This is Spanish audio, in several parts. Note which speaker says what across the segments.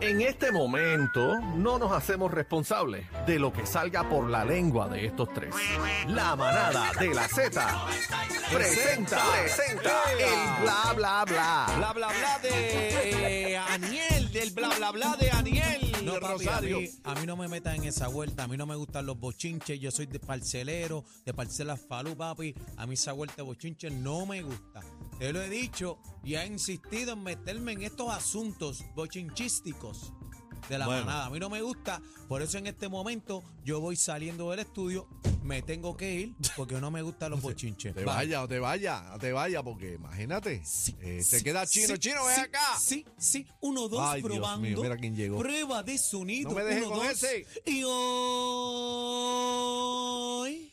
Speaker 1: En este momento no nos hacemos responsables de lo que salga por la lengua de estos tres. La manada de la Z presenta, presenta el bla bla bla.
Speaker 2: Bla bla bla de eh, Aniel, del bla bla bla de Aniel
Speaker 3: No, papi, a
Speaker 2: Rosario.
Speaker 3: mí, a mí no me metan en esa vuelta. A mí no me gustan los bochinches. Yo soy de parcelero, de parcelas falú, papi. A mí esa vuelta de bochinches no me gusta. Te lo he dicho y ha insistido en meterme en estos asuntos bochinchísticos de la
Speaker 2: Bueno.
Speaker 3: manada. A mí no me gusta. Por eso en este momento yo voy saliendo del estudio. Me tengo que ir porque no me gustan los bochinches.
Speaker 2: Te
Speaker 3: Bye.
Speaker 2: vaya, o te vaya, o te vaya, porque imagínate.
Speaker 3: Sí,
Speaker 2: eh,
Speaker 3: sí,
Speaker 2: te queda chino,
Speaker 3: sí,
Speaker 2: chino, ven
Speaker 3: sí,
Speaker 2: acá.
Speaker 3: Sí, sí, uno, dos,
Speaker 2: Ay, Dios
Speaker 3: probando.
Speaker 2: mío, mira quién llegó.
Speaker 3: Prueba de sonido.
Speaker 2: No me dejes
Speaker 3: uno,
Speaker 2: con
Speaker 3: dos,
Speaker 2: ese.
Speaker 3: Y hoy.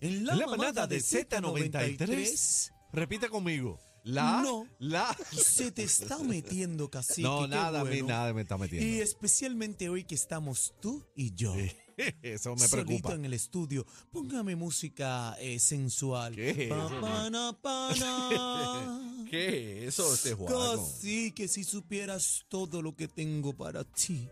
Speaker 3: En la, manada, de Z93
Speaker 2: Repite conmigo. La,
Speaker 3: No.
Speaker 2: la.
Speaker 3: se te está metiendo casi.
Speaker 2: no, nada, a mí nada me está
Speaker 3: Y
Speaker 2: metiendo.
Speaker 3: especialmente hoy que estamos tú y yo.
Speaker 2: Eso me
Speaker 3: solito
Speaker 2: preocupa.
Speaker 3: en el estudio. Póngame música eh, sensual.
Speaker 2: ¿Qué es
Speaker 3: Pa,
Speaker 2: eso?
Speaker 3: pa, na, pa, na.
Speaker 1: ¿Qué es eso este juego?
Speaker 3: Casi que si supieras todo lo que tengo para ti.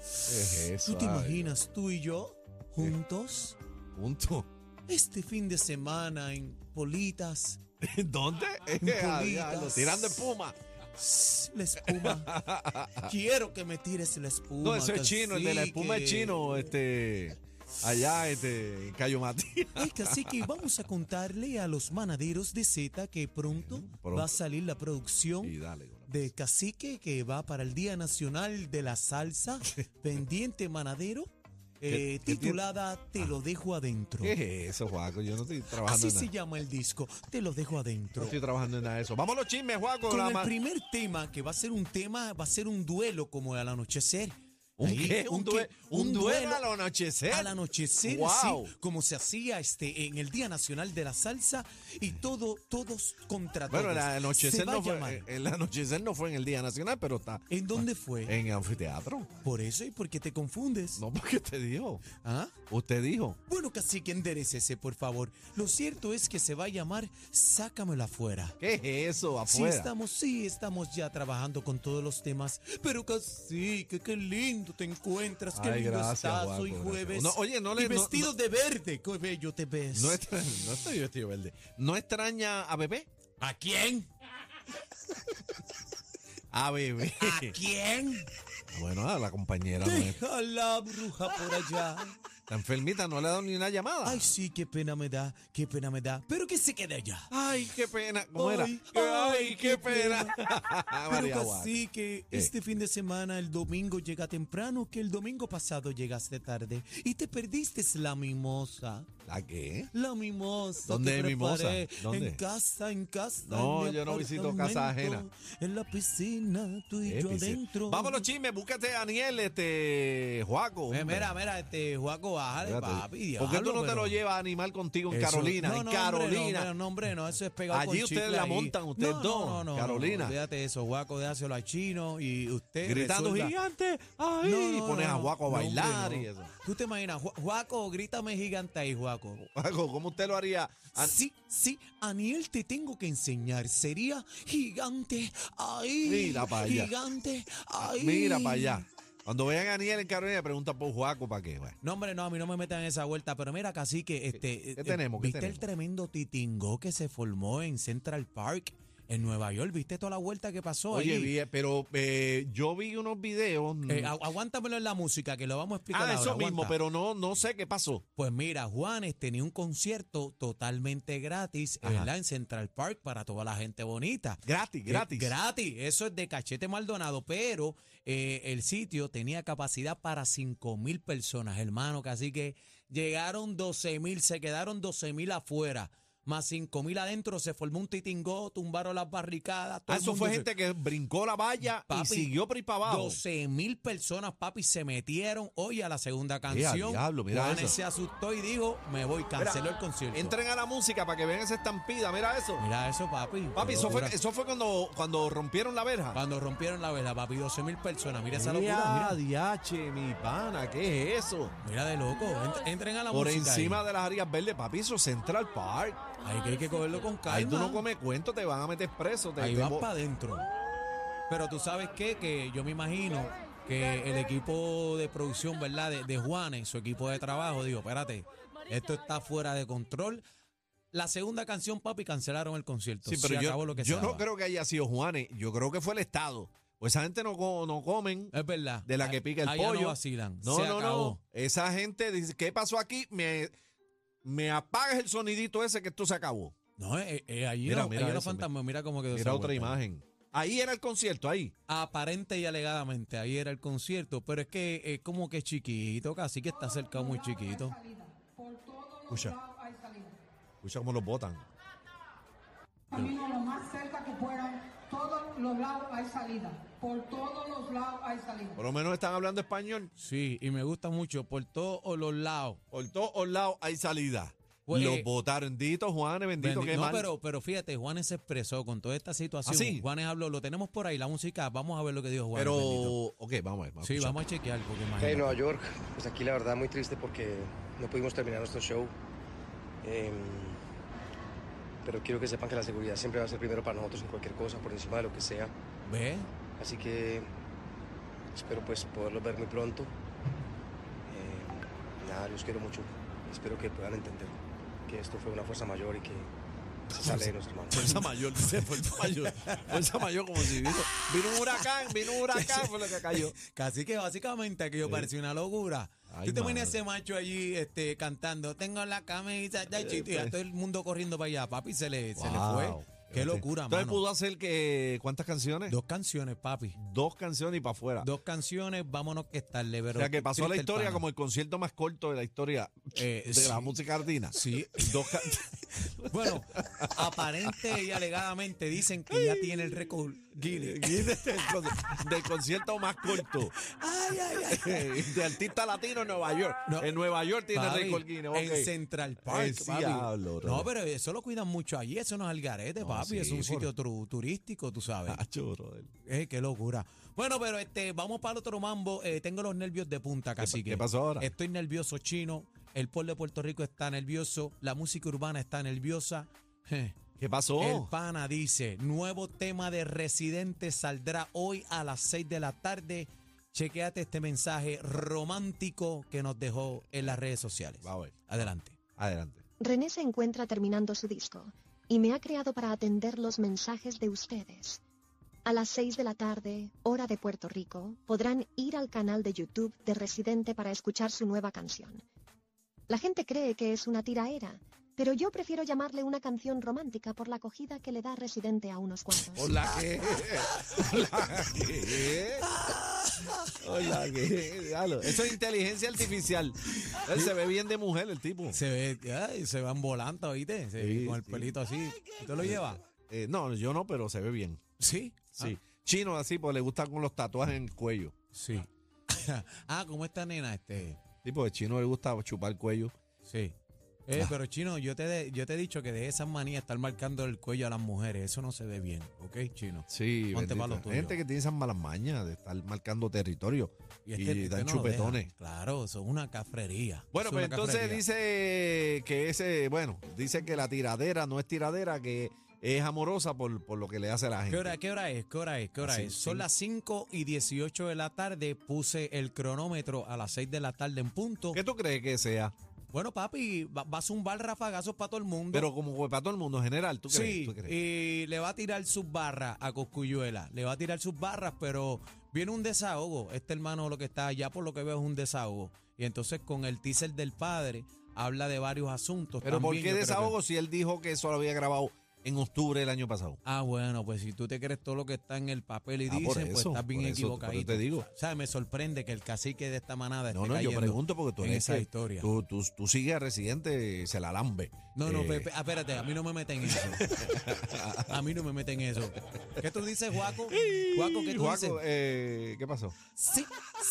Speaker 2: Es eso,
Speaker 3: ¿Tú te
Speaker 2: ay,
Speaker 3: imaginas tú y yo juntos
Speaker 2: Punto.
Speaker 3: este fin de semana en Politas?
Speaker 2: ¿Dónde?
Speaker 3: Bolitas.
Speaker 2: Diablo, Tirando espuma.
Speaker 3: Sss, La espuma. Quiero que me tires la espuma.
Speaker 2: No, eso es chino, el de la espuma es
Speaker 3: cacique.
Speaker 2: chino, este. Allá, este, en Cayo Matías.
Speaker 3: Ay, que vamos a contarle a los manaderos de Z que pronto,
Speaker 2: pronto.
Speaker 3: va a salir la producción
Speaker 2: Y dale, con la-
Speaker 3: de Cacique que va para el Día Nacional de la Salsa, pendiente manadero,
Speaker 2: ¿Qué-
Speaker 3: eh,
Speaker 2: qué tiene?
Speaker 3: titulada Te lo dejo adentro.
Speaker 2: Ah. ¿Qué es eso, Juaco? Yo no estoy trabajando
Speaker 3: Así
Speaker 2: en nada.
Speaker 3: se llama el disco, Te lo dejo
Speaker 2: No
Speaker 3: adentro.
Speaker 2: estoy trabajando en nada de eso. Vamos a los chismes, Juaco.
Speaker 3: Con
Speaker 2: la
Speaker 3: el
Speaker 2: ma-
Speaker 3: primer tema, que va a ser un tema, va a ser un duelo como al anochecer.
Speaker 2: ¿Un
Speaker 3: Ahí,
Speaker 2: qué? ¿Un,
Speaker 3: qué?
Speaker 2: due- un
Speaker 3: Un
Speaker 2: duelo
Speaker 3: duelo
Speaker 2: al anochecer?
Speaker 3: Al anochecer,
Speaker 2: Wow.
Speaker 3: sí, como se hacía este en el Día Nacional de la Salsa y todo, todos contra
Speaker 2: Bueno,
Speaker 3: todos.
Speaker 2: el anochecer,
Speaker 3: Se va
Speaker 2: no
Speaker 3: a llamar.
Speaker 2: fue, eh, el anochecer no fue en el Día Nacional, pero está
Speaker 3: ¿En dónde fue?
Speaker 2: en el anfiteatro.
Speaker 3: Por eso y porque te confundes.
Speaker 2: eh. No, porque usted dijo.
Speaker 3: ¿Ah?
Speaker 2: Usted dijo.
Speaker 3: Bueno, cacique, enderecese, por favor. Lo cierto es que se va a llamar Sácamela afuera.
Speaker 2: ¿Qué es eso
Speaker 3: Sí
Speaker 2: afuera?
Speaker 3: estamos, sí estamos ya trabajando con todos los temas, pero cacique, qué lindo te encuentras, qué
Speaker 2: Ay,
Speaker 3: lindo
Speaker 2: gracias,
Speaker 3: estás
Speaker 2: Juaco,
Speaker 3: hoy
Speaker 2: gracias.
Speaker 3: jueves.
Speaker 2: No, oye, no le- no-
Speaker 3: y vestido de verde, qué bello te ves.
Speaker 2: no, extra- no estoy vestido verde. ¿No extraña a bebé?
Speaker 3: ¿A quién?
Speaker 2: A bebé. Ah,
Speaker 3: ¿A quién?
Speaker 2: Bueno, a la compañera nuestra.
Speaker 3: Deja la bruja por allá.
Speaker 2: Está enfermita, no le ha dado ni una llamada.
Speaker 3: Ay, sí, qué pena me da, qué pena me da. Pero que se quede allá.
Speaker 2: Ay, qué pena. ¿Cómo era?
Speaker 3: Ay, ay, qué
Speaker 2: María
Speaker 3: Pero
Speaker 2: Juaco.
Speaker 3: así que
Speaker 2: Eh.
Speaker 3: este fin de semana, el domingo llega temprano, que el domingo pasado llegaste tarde y te perdiste la mimosa.
Speaker 2: ¿La qué?
Speaker 3: La mimosa. que
Speaker 2: ¿Dónde es
Speaker 3: preparé.
Speaker 2: mimosa? ¿Dónde?
Speaker 3: En casa, en casa.
Speaker 2: No,
Speaker 3: en mi
Speaker 2: yo no visito casa ajena.
Speaker 3: apartamento, En la piscina, tú y
Speaker 2: Eh,
Speaker 3: yo
Speaker 2: dice,
Speaker 3: adentro.
Speaker 2: Vamos a los chismes, búscate a Daniel, este, Juaco.
Speaker 3: Eh,
Speaker 2: hombre.
Speaker 3: mira, mira, este Juaco, bájale,
Speaker 2: Espérate.
Speaker 3: papi.
Speaker 2: ¿Por qué tú
Speaker 3: diablo,
Speaker 2: no te
Speaker 3: pero-
Speaker 2: lo llevas a animal contigo en
Speaker 3: Eso-
Speaker 2: Carolina?
Speaker 3: No,
Speaker 2: en
Speaker 3: no,
Speaker 2: Carolina.
Speaker 3: Hombre, no, hombre, no, hombre, no, eso es pegado
Speaker 2: Allí
Speaker 3: con
Speaker 2: ustedes
Speaker 3: chicle
Speaker 2: la
Speaker 3: ahí.
Speaker 2: montan, ustedes
Speaker 3: No,
Speaker 2: dos,
Speaker 3: no, no,
Speaker 2: Carolina.
Speaker 3: No, fíjate eso, guaco, déjaselo al chino y usted.
Speaker 2: Gritando
Speaker 3: resuelva.
Speaker 2: gigante. Ay,
Speaker 3: No, no,
Speaker 2: y pones
Speaker 3: no,
Speaker 2: a
Speaker 3: no.
Speaker 2: Juaco a
Speaker 3: No, hombre,
Speaker 2: bailar
Speaker 3: no.
Speaker 2: y eso.
Speaker 3: ¿Tú te imaginas? Ju- Juaco, grítame gigante ahí, Juaco.
Speaker 2: Juaco, ¿cómo usted lo haría? Ah, A-
Speaker 3: Sí, sí, Aniel, te tengo que enseñar. Sería gigante ahí.
Speaker 2: Mira pa' allá.
Speaker 3: Gigante ahí.
Speaker 2: Mira para allá. Cuando vean a Daniel en Carolina, pregunta por Juaco para qué. Bueno,
Speaker 3: No, hombre, no, a mí no me metan en esa vuelta. Pero mira, cacique, este.
Speaker 2: qué
Speaker 3: eh,
Speaker 2: tenemos? ¿Qué
Speaker 3: ¿Viste
Speaker 2: tenemos?
Speaker 3: el tremendo titingo que se formó en Central Park, en Nueva York? ¿Viste toda la vuelta que pasó
Speaker 2: Oye,
Speaker 3: ahí?
Speaker 2: vi- pero eh, yo vi unos videos. mm,
Speaker 3: Eh, agu- aguántamelo en la música, que lo vamos a explicar.
Speaker 2: ah,
Speaker 3: ahora,
Speaker 2: eso mismo,
Speaker 3: aguanta.
Speaker 2: pero no, no sé qué pasó.
Speaker 3: Pues mira, Juanes tenía un concierto totalmente gratis eh,
Speaker 2: Ajá.
Speaker 3: ¿verdad? en Central Park para toda la gente bonita.
Speaker 2: Gratis, gratis.
Speaker 3: Eh, gratis, eso es de cachete Maldonado, pero eh, el sitio tenía capacidad para 5 mil personas, hermano, que así que llegaron 12 mil, se quedaron 12 mil afuera, más 5 mil adentro, se formó un titingó, tumbaron las barricadas. todo
Speaker 2: Ah,
Speaker 3: el
Speaker 2: eso
Speaker 3: mundo
Speaker 2: fue
Speaker 3: se-
Speaker 2: gente que brincó la valla y
Speaker 3: Papi,
Speaker 2: siguió por ahí para abajo.
Speaker 3: 12 mil personas, papi, se metieron hoy a la segunda canción.
Speaker 2: diablo, mira
Speaker 3: Juanes
Speaker 2: eso.
Speaker 3: se asustó y dijo, me voy, canceló
Speaker 2: Mira,
Speaker 3: el concierto.
Speaker 2: Entren a la música para que vean esa estampida, mira eso.
Speaker 3: Mira eso, papi.
Speaker 2: Papi,
Speaker 3: qué
Speaker 2: eso fue,
Speaker 3: locura.
Speaker 2: eso fue cuando, cuando rompieron la verja.
Speaker 3: Cuando rompieron la vela, papi, 12 mil personas. Mira esa
Speaker 2: Ya,
Speaker 3: locura, mira.
Speaker 2: diache, mi pana, ¿qué es eso?
Speaker 3: Mira de loco. Ent- entren a la
Speaker 2: Por
Speaker 3: música ahí.
Speaker 2: encima de las áreas verdes, papi, eso es Central Park.
Speaker 3: Ahí que hay que cogerlo con calma.
Speaker 2: Ahí tú no comes cuento, te van a meter preso. Te,
Speaker 3: Ahí
Speaker 2: te
Speaker 3: vas
Speaker 2: bo-
Speaker 3: para adentro. Pero tú sabes qué, que yo me imagino que el equipo de producción, ¿verdad? De, de Juanes, su equipo de trabajo, digo, espérate, esto está fuera de control. La segunda canción, papi, cancelaron el concierto.
Speaker 2: Sí, pero
Speaker 3: Se
Speaker 2: yo,
Speaker 3: acabó lo que
Speaker 2: yo
Speaker 3: se
Speaker 2: no
Speaker 3: daba.
Speaker 2: creo que haya sido Juanes, yo creo que fue el Estado. Pues esa gente no, co- no comen
Speaker 3: Es verdad.
Speaker 2: de la que pica el
Speaker 3: Allá
Speaker 2: pollo.
Speaker 3: No vacilan.
Speaker 2: No,
Speaker 3: Se
Speaker 2: no,
Speaker 3: acabó.
Speaker 2: no. Esa gente dice, ¿qué pasó aquí? Me, me apagas el sonidito ese que esto se acabó.
Speaker 3: No, eh, eh, allí
Speaker 2: Mira,
Speaker 3: no,
Speaker 2: mira
Speaker 3: allí no
Speaker 2: eso,
Speaker 3: fantasma, mira cómo quedó esa
Speaker 2: Era otra
Speaker 3: vuelta.
Speaker 2: imagen. Ahí era el concierto, ahí.
Speaker 3: Aparente y alegadamente, ahí era el concierto, pero es que es como que chiquito, casi que está cercado muy chiquito.
Speaker 2: Escucha. Escucha cómo los botan.
Speaker 4: camino lo más cerca que puedan. Todos los lados hay salida. Por todos los lados hay salida.
Speaker 2: Por lo menos están hablando español.
Speaker 3: Sí, y me gusta mucho por todos los lados.
Speaker 2: Por todos lados hay salida.
Speaker 3: Pues,
Speaker 2: los
Speaker 3: eh,
Speaker 2: botaron. Dito, Juanes, bendito,
Speaker 3: Bendi-
Speaker 2: qué
Speaker 3: no,
Speaker 2: mal.
Speaker 3: pero, pero fíjate, Juanes se expresó con toda esta situación.
Speaker 2: ¿Ah, sí?
Speaker 3: Juanes habló, lo tenemos por ahí, la música, vamos a ver lo que dijo Juanes.
Speaker 2: Pero,
Speaker 3: bendito.
Speaker 2: ok, vamos a ver. Vamos a
Speaker 3: sí,
Speaker 2: escuchar.
Speaker 3: vamos a chequear, porque
Speaker 5: Hey,
Speaker 3: imagínate.
Speaker 5: Nueva York, pues aquí la verdad muy triste porque no pudimos terminar nuestro show. Em, pero quiero que sepan que la seguridad siempre va a ser primero para nosotros en cualquier cosa, por encima de lo que sea.
Speaker 3: ¿Ve?
Speaker 5: Así que espero pues poderlos ver muy pronto. Em, nada, los quiero mucho. Espero que puedan entender que esto fue una fuerza mayor y que se sale de nuestras manos.
Speaker 2: Fuerza mayor, dice fuerza mayor. Fuerza mayor como si vino, vino un huracán, vino un huracán, fue lo que cayó.
Speaker 3: Casi que básicamente que yo parecía una locura.
Speaker 2: Ay,
Speaker 3: Tú te imaginas
Speaker 2: madre.
Speaker 3: ese macho allí este, cantando, tengo la camisa de chito y a todo el mundo corriendo para allá, papi, se le, se le
Speaker 2: Este. Wow. Este.
Speaker 3: fue. Qué locura,
Speaker 2: Entonces
Speaker 3: mano.
Speaker 2: pudo hacer que, ¿cuántas canciones?
Speaker 3: Dos canciones, papi.
Speaker 2: Dos canciones y para afuera.
Speaker 3: Dos canciones, vámonos que estarle,
Speaker 2: o
Speaker 3: pero...
Speaker 2: sea que pasó la
Speaker 3: triste el
Speaker 2: historia
Speaker 3: pana.
Speaker 2: como el concierto más corto de la historia
Speaker 3: Eh,
Speaker 2: de
Speaker 3: sí.
Speaker 2: la música ardina.
Speaker 3: Sí.
Speaker 2: Dos can-
Speaker 3: Bueno, aparente y alegadamente dicen que ya tiene el récord Guinness.
Speaker 2: del, con- del concierto más corto eh,
Speaker 3: Ay, ay, ay.
Speaker 2: de artista latino en Nueva York.
Speaker 3: No.
Speaker 2: En Nueva York tiene
Speaker 3: Papi,
Speaker 2: récord Guinness.
Speaker 3: En
Speaker 2: ok.
Speaker 3: Central
Speaker 2: Eh,
Speaker 3: Park,
Speaker 2: sí,
Speaker 3: papi.
Speaker 2: hablo,
Speaker 3: no,
Speaker 2: brother.
Speaker 3: pero eso lo cuidan mucho allí, eso no es Algarete,
Speaker 2: No,
Speaker 3: papi,
Speaker 2: sí,
Speaker 3: es un
Speaker 2: por- Ah.
Speaker 3: sitio tru- turístico, tú sabes.
Speaker 2: Nacho, brother.
Speaker 3: Eh, qué locura. Bueno, pero este, vamos para el otro mambo. Eh, tengo los nervios de punta, casi
Speaker 2: qué pasó ahora?
Speaker 3: Estoy nervioso, chino. El pueblo de Puerto Rico está nervioso. La música urbana está nerviosa. Eh,
Speaker 2: ¿Qué pasó?
Speaker 3: El pana dice, nuevo tema de Residente saldrá hoy a las 6 de la tarde. Chequeate este mensaje romántico que nos dejó en las redes sociales.
Speaker 2: Va a ver.
Speaker 3: Adelante.
Speaker 2: Adelante.
Speaker 6: René se encuentra terminando su disco, y me ha creado para atender los mensajes de ustedes. A las 6 de la tarde, hora de Puerto Rico, podrán ir al canal de YouTube de Residente para escuchar su nueva canción. La gente cree que es una tiraera, pero yo prefiero llamarle una canción romántica por la acogida que le da Residente a unos cuantos.
Speaker 2: Hola, ¿qué? Hola, ¿qué? Hola, ¿qué? Diablo, Eso es inteligencia artificial. Él se ve bien de mujer el tipo.
Speaker 3: Se ve, ay, se van volando, ¿oíste? Se-
Speaker 2: Sí,
Speaker 3: con el
Speaker 2: sí.
Speaker 3: pelito así. ¿Tú lo llevas?
Speaker 2: Eh, no, yo no, pero se ve bien.
Speaker 3: Sí.
Speaker 2: Sí. Chino así, pues le gusta con los tatuajes en el cuello.
Speaker 3: Ah, sí. ah, ¿cómo está, nena? Este,
Speaker 2: Tipo, de chino le gusta chupar el cuello.
Speaker 3: sí. Eh, pero chino, yo te, de- yo te he dicho que de esas manías estar marcando el cuello a las mujeres, eso no se ve bien, ¿ok, chino?
Speaker 2: Sí,
Speaker 3: Ponte
Speaker 2: bendito.
Speaker 3: pa' lo tuyo.
Speaker 2: gente que tiene esas malas mañas de estar marcando territorio y, dan
Speaker 3: este no lo deja.
Speaker 2: chupetones.
Speaker 3: Claro, eso es una cafrería.
Speaker 2: Bueno,
Speaker 3: Eso es
Speaker 2: pero
Speaker 3: una
Speaker 2: entonces
Speaker 3: cafrería.
Speaker 2: dice que ese, bueno, dice que la tiradera no es tiradera, que es amorosa por, por lo que le hace a la gente.
Speaker 3: ¿Qué hora, ¿Qué hora es? ¿Qué hora es? ¿Qué hora
Speaker 2: Así,
Speaker 3: es? Son
Speaker 2: sí.
Speaker 3: las 5 y 18 de la tarde. Puse el cronómetro a las 6 de la tarde en punto.
Speaker 2: ¿Qué tú crees que sea?
Speaker 3: Bueno, papi, va, va a zumbar rafagazos para todo el mundo.
Speaker 2: Pero como que para todo el mundo en general, ¿tú crees?
Speaker 3: sí, eh,
Speaker 2: ¿Tú crees?
Speaker 3: y le va a tirar sus barras a Coscuyuela. Le va a tirar sus barras, pero viene un desahogo. Este hermano lo que está allá, por lo que veo, es un desahogo. Y entonces con el teaser del padre habla de varios asuntos.
Speaker 2: Pero ¿por
Speaker 3: también,
Speaker 2: qué
Speaker 3: yo creo que-
Speaker 2: desahogo si él dijo que eso lo había grabado en octubre del año pasado?
Speaker 3: Ah, bueno, pues si tú te crees todo lo que está en el papel y
Speaker 2: Ah, por
Speaker 3: dicen, pues
Speaker 2: eso,
Speaker 3: estás bien
Speaker 2: por eso,
Speaker 3: equivocadito.
Speaker 2: por eso te digo.
Speaker 3: O sea, me sorprende que el cacique de esta manada
Speaker 2: No,
Speaker 3: esté
Speaker 2: no, yo
Speaker 3: cayendo
Speaker 2: pregunto porque tú
Speaker 3: en
Speaker 2: eres
Speaker 3: esa
Speaker 2: que-
Speaker 3: historia.
Speaker 2: Tú, tú, tú sigues a Residente, se la lambe.
Speaker 3: No, no,
Speaker 2: Eh,
Speaker 3: Pepe, ah, espérate, a mí no me meten eso. A mí no me meten eso. ¿Qué tú dices, Juaco? Juaco, ¿qué tú dices?
Speaker 2: Juaco, eh, ¿qué pasó?
Speaker 3: Sí,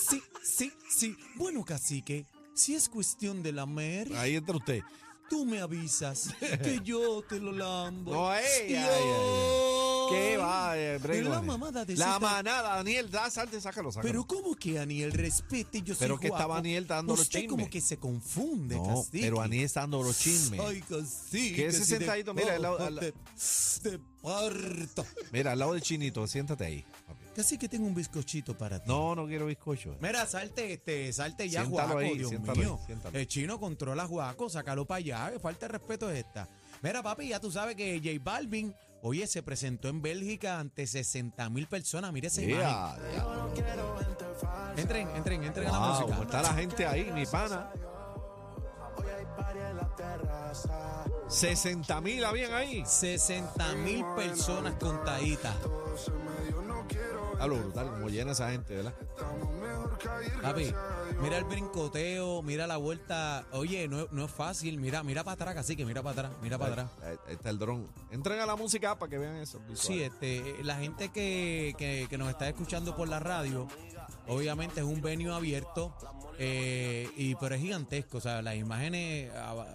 Speaker 3: sí, sí, sí. Bueno, cacique, si es cuestión de lamer,
Speaker 2: Ahí entra usted.
Speaker 3: tú me avisas que yo te lo lambo.
Speaker 2: No, ey,
Speaker 3: Y
Speaker 2: ay, ay, ay. ¿Qué
Speaker 3: hoy-
Speaker 2: va? eh, Bregón?
Speaker 3: la mamada de
Speaker 2: La
Speaker 3: Zeta-
Speaker 2: manada, Daniel, da, salte, sácalo, sácalo.
Speaker 3: Pero ¿cómo que Aniel respete? Yo soy
Speaker 2: Pero que
Speaker 3: guapo.
Speaker 2: estaba Aniel dando los
Speaker 3: Usted como
Speaker 2: chismes.
Speaker 3: que se confunde,
Speaker 2: no,
Speaker 3: cacique.
Speaker 2: pero Aniel está dando los chismes.
Speaker 3: Ay, cacique.
Speaker 2: Que ese
Speaker 3: si te
Speaker 2: sentadito, mira, al lado-
Speaker 3: cojo,
Speaker 2: al-
Speaker 3: te- te parto.
Speaker 2: Mira, al lado del chinito, siéntate ahí. papi.
Speaker 3: Casi que tengo un bizcochito para ti.
Speaker 2: No, no quiero bizcocho.
Speaker 3: Mira, salte, este, salte ya,
Speaker 2: Siéntalo
Speaker 3: Juaco,
Speaker 2: ahí,
Speaker 3: Dios
Speaker 2: siéntalo
Speaker 3: mío.
Speaker 2: ahí, siéntalo.
Speaker 3: El chino controla Juaco, sácalo para allá. eh, Falta de respeto es esta. Mira, papi, ya tú sabes que J Balvin, oye, se presentó en Bélgica ante 60 mil personas. Mire esa imagen.
Speaker 2: Ya, ya.
Speaker 3: Entren, entren, entren a la
Speaker 2: Wow,
Speaker 3: música.
Speaker 2: como está la gente ahí, mi pana. 60 mil habían ahí.
Speaker 3: 60 mil personas contaditas.
Speaker 2: A Ah, lo brutal, como llena esa gente, ¿verdad?
Speaker 3: Papi, mira el brincoteo, mira la vuelta. Oye, no, es- no es fácil. Mira, mira para atrás, así que mira para atrás, mira para atrás.
Speaker 2: Ahí- ahí está el dron. Entrega la música para que vean eso.
Speaker 3: Sí,
Speaker 2: visual.
Speaker 3: este, la gente que, que- que nos está escuchando por la radio, obviamente es un venio abierto, eh, y, pero es gigantesco, o sea, las imágenes ah,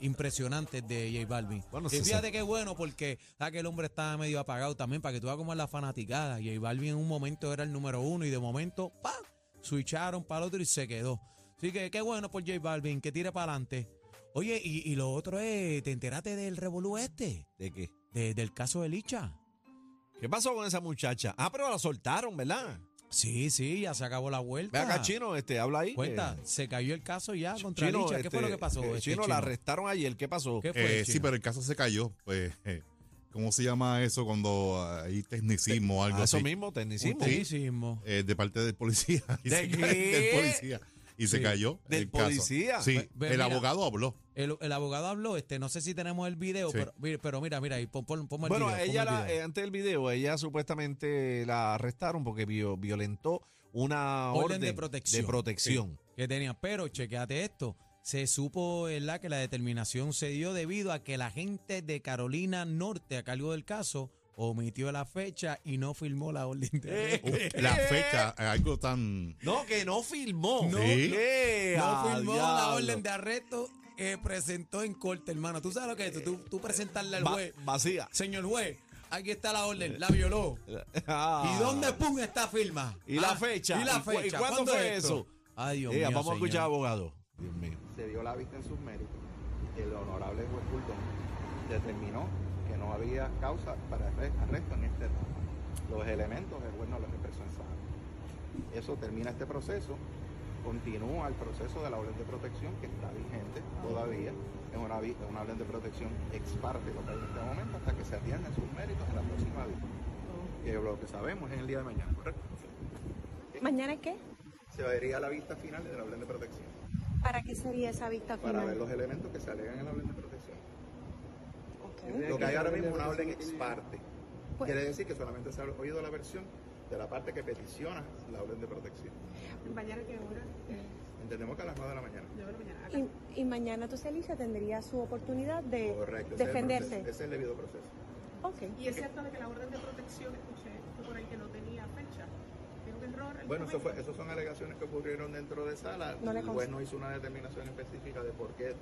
Speaker 3: impresionantes de J Balvin.
Speaker 2: Bueno,
Speaker 3: y
Speaker 2: se-
Speaker 3: fíjate qué bueno, porque aquel hombre estaba medio apagado también, para que tú veas cómo es la fanaticada. J Balvin en un momento era el número uno y de momento, ¡pam! Switcharon para el otro y se quedó. Así que qué bueno por J Balvin, que tire para adelante. Oye, y, y lo otro es, ¿te enteraste del revolú este?
Speaker 2: ¿De qué?
Speaker 3: De- del caso de Licha.
Speaker 2: ¿Qué pasó con esa muchacha? Ah, pero la soltaron, ¿verdad?
Speaker 3: Sí, sí, ya se acabó la
Speaker 2: Ve
Speaker 3: vuelta.
Speaker 2: acá, Chino, este, habla ahí.
Speaker 3: Cuenta,
Speaker 2: Eh,
Speaker 3: se cayó el caso ya contra
Speaker 2: Chino,
Speaker 3: Licha. ¿Qué
Speaker 2: este,
Speaker 3: fue lo que pasó?
Speaker 2: eh,
Speaker 3: este,
Speaker 2: Chino, la arrestaron ayer. ¿Qué pasó?
Speaker 3: ¿Qué fue,
Speaker 7: Eh, sí,
Speaker 3: Chino?
Speaker 7: pero el caso se cayó. Pues, eh, ¿Cómo se llama eso cuando hay tecnicismo o algo
Speaker 2: Ah, eso
Speaker 7: así?
Speaker 2: mismo, tecnicismo.
Speaker 7: Sí.
Speaker 3: Buenísimo.
Speaker 7: Eh, de parte del policía. Y
Speaker 2: ¿De
Speaker 7: se
Speaker 2: qué?
Speaker 7: ca- Del policía. Y se
Speaker 3: Sí,
Speaker 7: cayó.
Speaker 2: del
Speaker 7: el caso.
Speaker 2: policía.
Speaker 7: Sí,
Speaker 3: Ve- ve,
Speaker 7: el
Speaker 3: mira.
Speaker 7: abogado habló.
Speaker 3: El, el abogado habló, este, no sé si tenemos el video,
Speaker 7: Sí.
Speaker 3: pero, mira, pero mira, mira, ahí, pon, pon- ponme el
Speaker 2: Bueno,
Speaker 3: video, ponme
Speaker 2: ella,
Speaker 3: el
Speaker 2: la-
Speaker 3: video.
Speaker 2: eh, antes del video, ella supuestamente la arrestaron porque vio- violentó una
Speaker 3: Orden
Speaker 2: orden,
Speaker 3: de protección.
Speaker 2: de protección.
Speaker 3: que tenía. Pero chequeate esto. Se supo ¿verdad? que la determinación se dio debido a que el agente de Carolina Norte a cargo del caso omitió la fecha y no firmó la orden de
Speaker 2: Eh,
Speaker 3: arresto.
Speaker 7: Uh, la fecha, eh, algo tan.
Speaker 2: No, que no filmó.
Speaker 7: No,
Speaker 2: que-
Speaker 3: No
Speaker 2: ah,
Speaker 3: firmó la
Speaker 2: diablo.
Speaker 3: orden de arresto que presentó en corte, hermano. Tú sabes lo que es esto. Tú, tú presentarle al
Speaker 2: Va- Eh,
Speaker 3: juez.
Speaker 2: vacía.
Speaker 3: Señor juez, aquí está la orden. La violó.
Speaker 2: Ah.
Speaker 3: ¿Y dónde pum está firma?
Speaker 2: ¿Y la
Speaker 3: Ah,
Speaker 2: fecha?
Speaker 3: ¿Y la
Speaker 2: ¿Y cu- y
Speaker 3: fecha?
Speaker 2: cuándo fue
Speaker 3: es
Speaker 2: eso?
Speaker 3: esto? Ay, Dios
Speaker 2: Diga,
Speaker 3: mío,
Speaker 2: eh, vamos a
Speaker 3: señor.
Speaker 2: escuchar abogado. Dios mío.
Speaker 8: se dio la vista en sus méritos, el honorable juez Fulton determinó que no había causa para arre- arresto en este ramo. Los elementos el juez no los expresó en sala. Eso termina este proceso, continúa el proceso de la orden de protección que está vigente todavía. Es una, vi- una orden de protección ex parte lo que hay en este momento hasta que se atiendan sus méritos en la próxima vista. Que lo que sabemos es el día de mañana, ¿correcto?
Speaker 9: ¿Mañana qué?
Speaker 8: Se vería la vista final de la orden de protección
Speaker 9: ¿Para qué sería esa vista
Speaker 8: para ver
Speaker 9: final?
Speaker 8: los elementos que se alegan en la orden de protección.
Speaker 9: Ok.
Speaker 8: Lo que hay ahora mismo es una orden ex parte.
Speaker 9: Pues-
Speaker 8: Quiere decir que solamente se ha oído la versión de la parte que peticiona la orden de protección.
Speaker 9: ¿Mañana qué hora?
Speaker 10: eh,
Speaker 8: Entendemos que a las 9 de la mañana.
Speaker 9: Y, y mañana tu Celisa tendría su oportunidad de
Speaker 8: Correcto. ese es el proceso,
Speaker 9: defenderse.
Speaker 8: Ese es el debido proceso.
Speaker 9: Ok.
Speaker 10: Y es cierto de que la orden de protección, escuché que por ahí que no tenía fecha. Tiene un error. el
Speaker 8: Bueno, eso
Speaker 10: juez.
Speaker 8: fue, esos son alegaciones que ocurrieron dentro de sala.
Speaker 9: No le
Speaker 8: el juez
Speaker 9: consta.
Speaker 8: no hizo una determinación específica de por qué eh,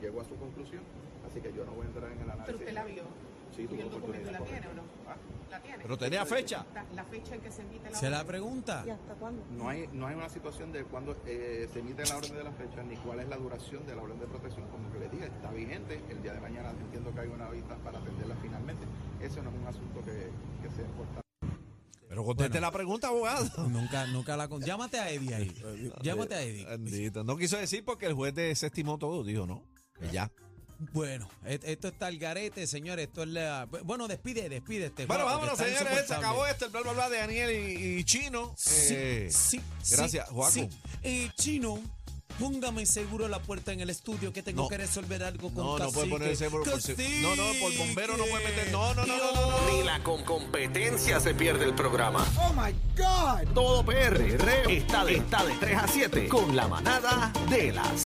Speaker 8: llegó a su conclusión. Así que yo no voy a entrar en el análisis.
Speaker 10: Pero usted la vio.
Speaker 8: Sí, tuvo
Speaker 10: ¿Y el documento
Speaker 8: oportunidad.
Speaker 10: la tiene o
Speaker 8: correcto.
Speaker 10: no? ¿La tiene?
Speaker 2: Pero tenía fecha.
Speaker 10: La, la fecha en que se emite la
Speaker 3: ¿Se la
Speaker 10: orden.
Speaker 3: pregunta?
Speaker 9: ¿Y hasta cuándo?
Speaker 8: No hay, no hay una situación de cuándo eh, se emite la orden de la fecha ni cuál es la duración de la orden de protección. Como que le diga, está vigente, el día de mañana entiendo que hay una vista para atenderla finalmente. Eso no es un asunto que, que sea importante.
Speaker 2: Pero conteste Pues
Speaker 3: Bueno.
Speaker 2: la pregunta, abogado.
Speaker 3: Nunca, nunca la con... Llámate a Eddie ahí. Llámate a Eddie.
Speaker 2: Bendito. No quiso decir porque el juez de se estimó todo, dijo, ¿no? Que ya.
Speaker 3: Bueno, et- esto está el garete, señores. Esto es la. Bueno, despide, despide este.
Speaker 2: Bueno,
Speaker 3: Juaco, que
Speaker 2: vámonos,
Speaker 3: está
Speaker 2: señores. Se acabó
Speaker 3: insoportable.
Speaker 2: este, el bla, bla, bla de Daniel y, y Chino.
Speaker 3: Sí,
Speaker 2: Eh,
Speaker 3: sí,
Speaker 2: gracias,
Speaker 3: sí,
Speaker 2: Joaco.
Speaker 3: sí. Eh, Chino, póngame seguro la puerta en el estudio que tengo
Speaker 2: No.
Speaker 3: que resolver algo con
Speaker 2: No, no puede
Speaker 3: Cacique.
Speaker 2: poner el seguro por se- No, no, por bombero no puede meter- no, no, no, no, no, no.
Speaker 1: Ni la con competencia se pierde el programa. Oh E my God. Todo PR está de, está de 3 a 7 con la manada de las.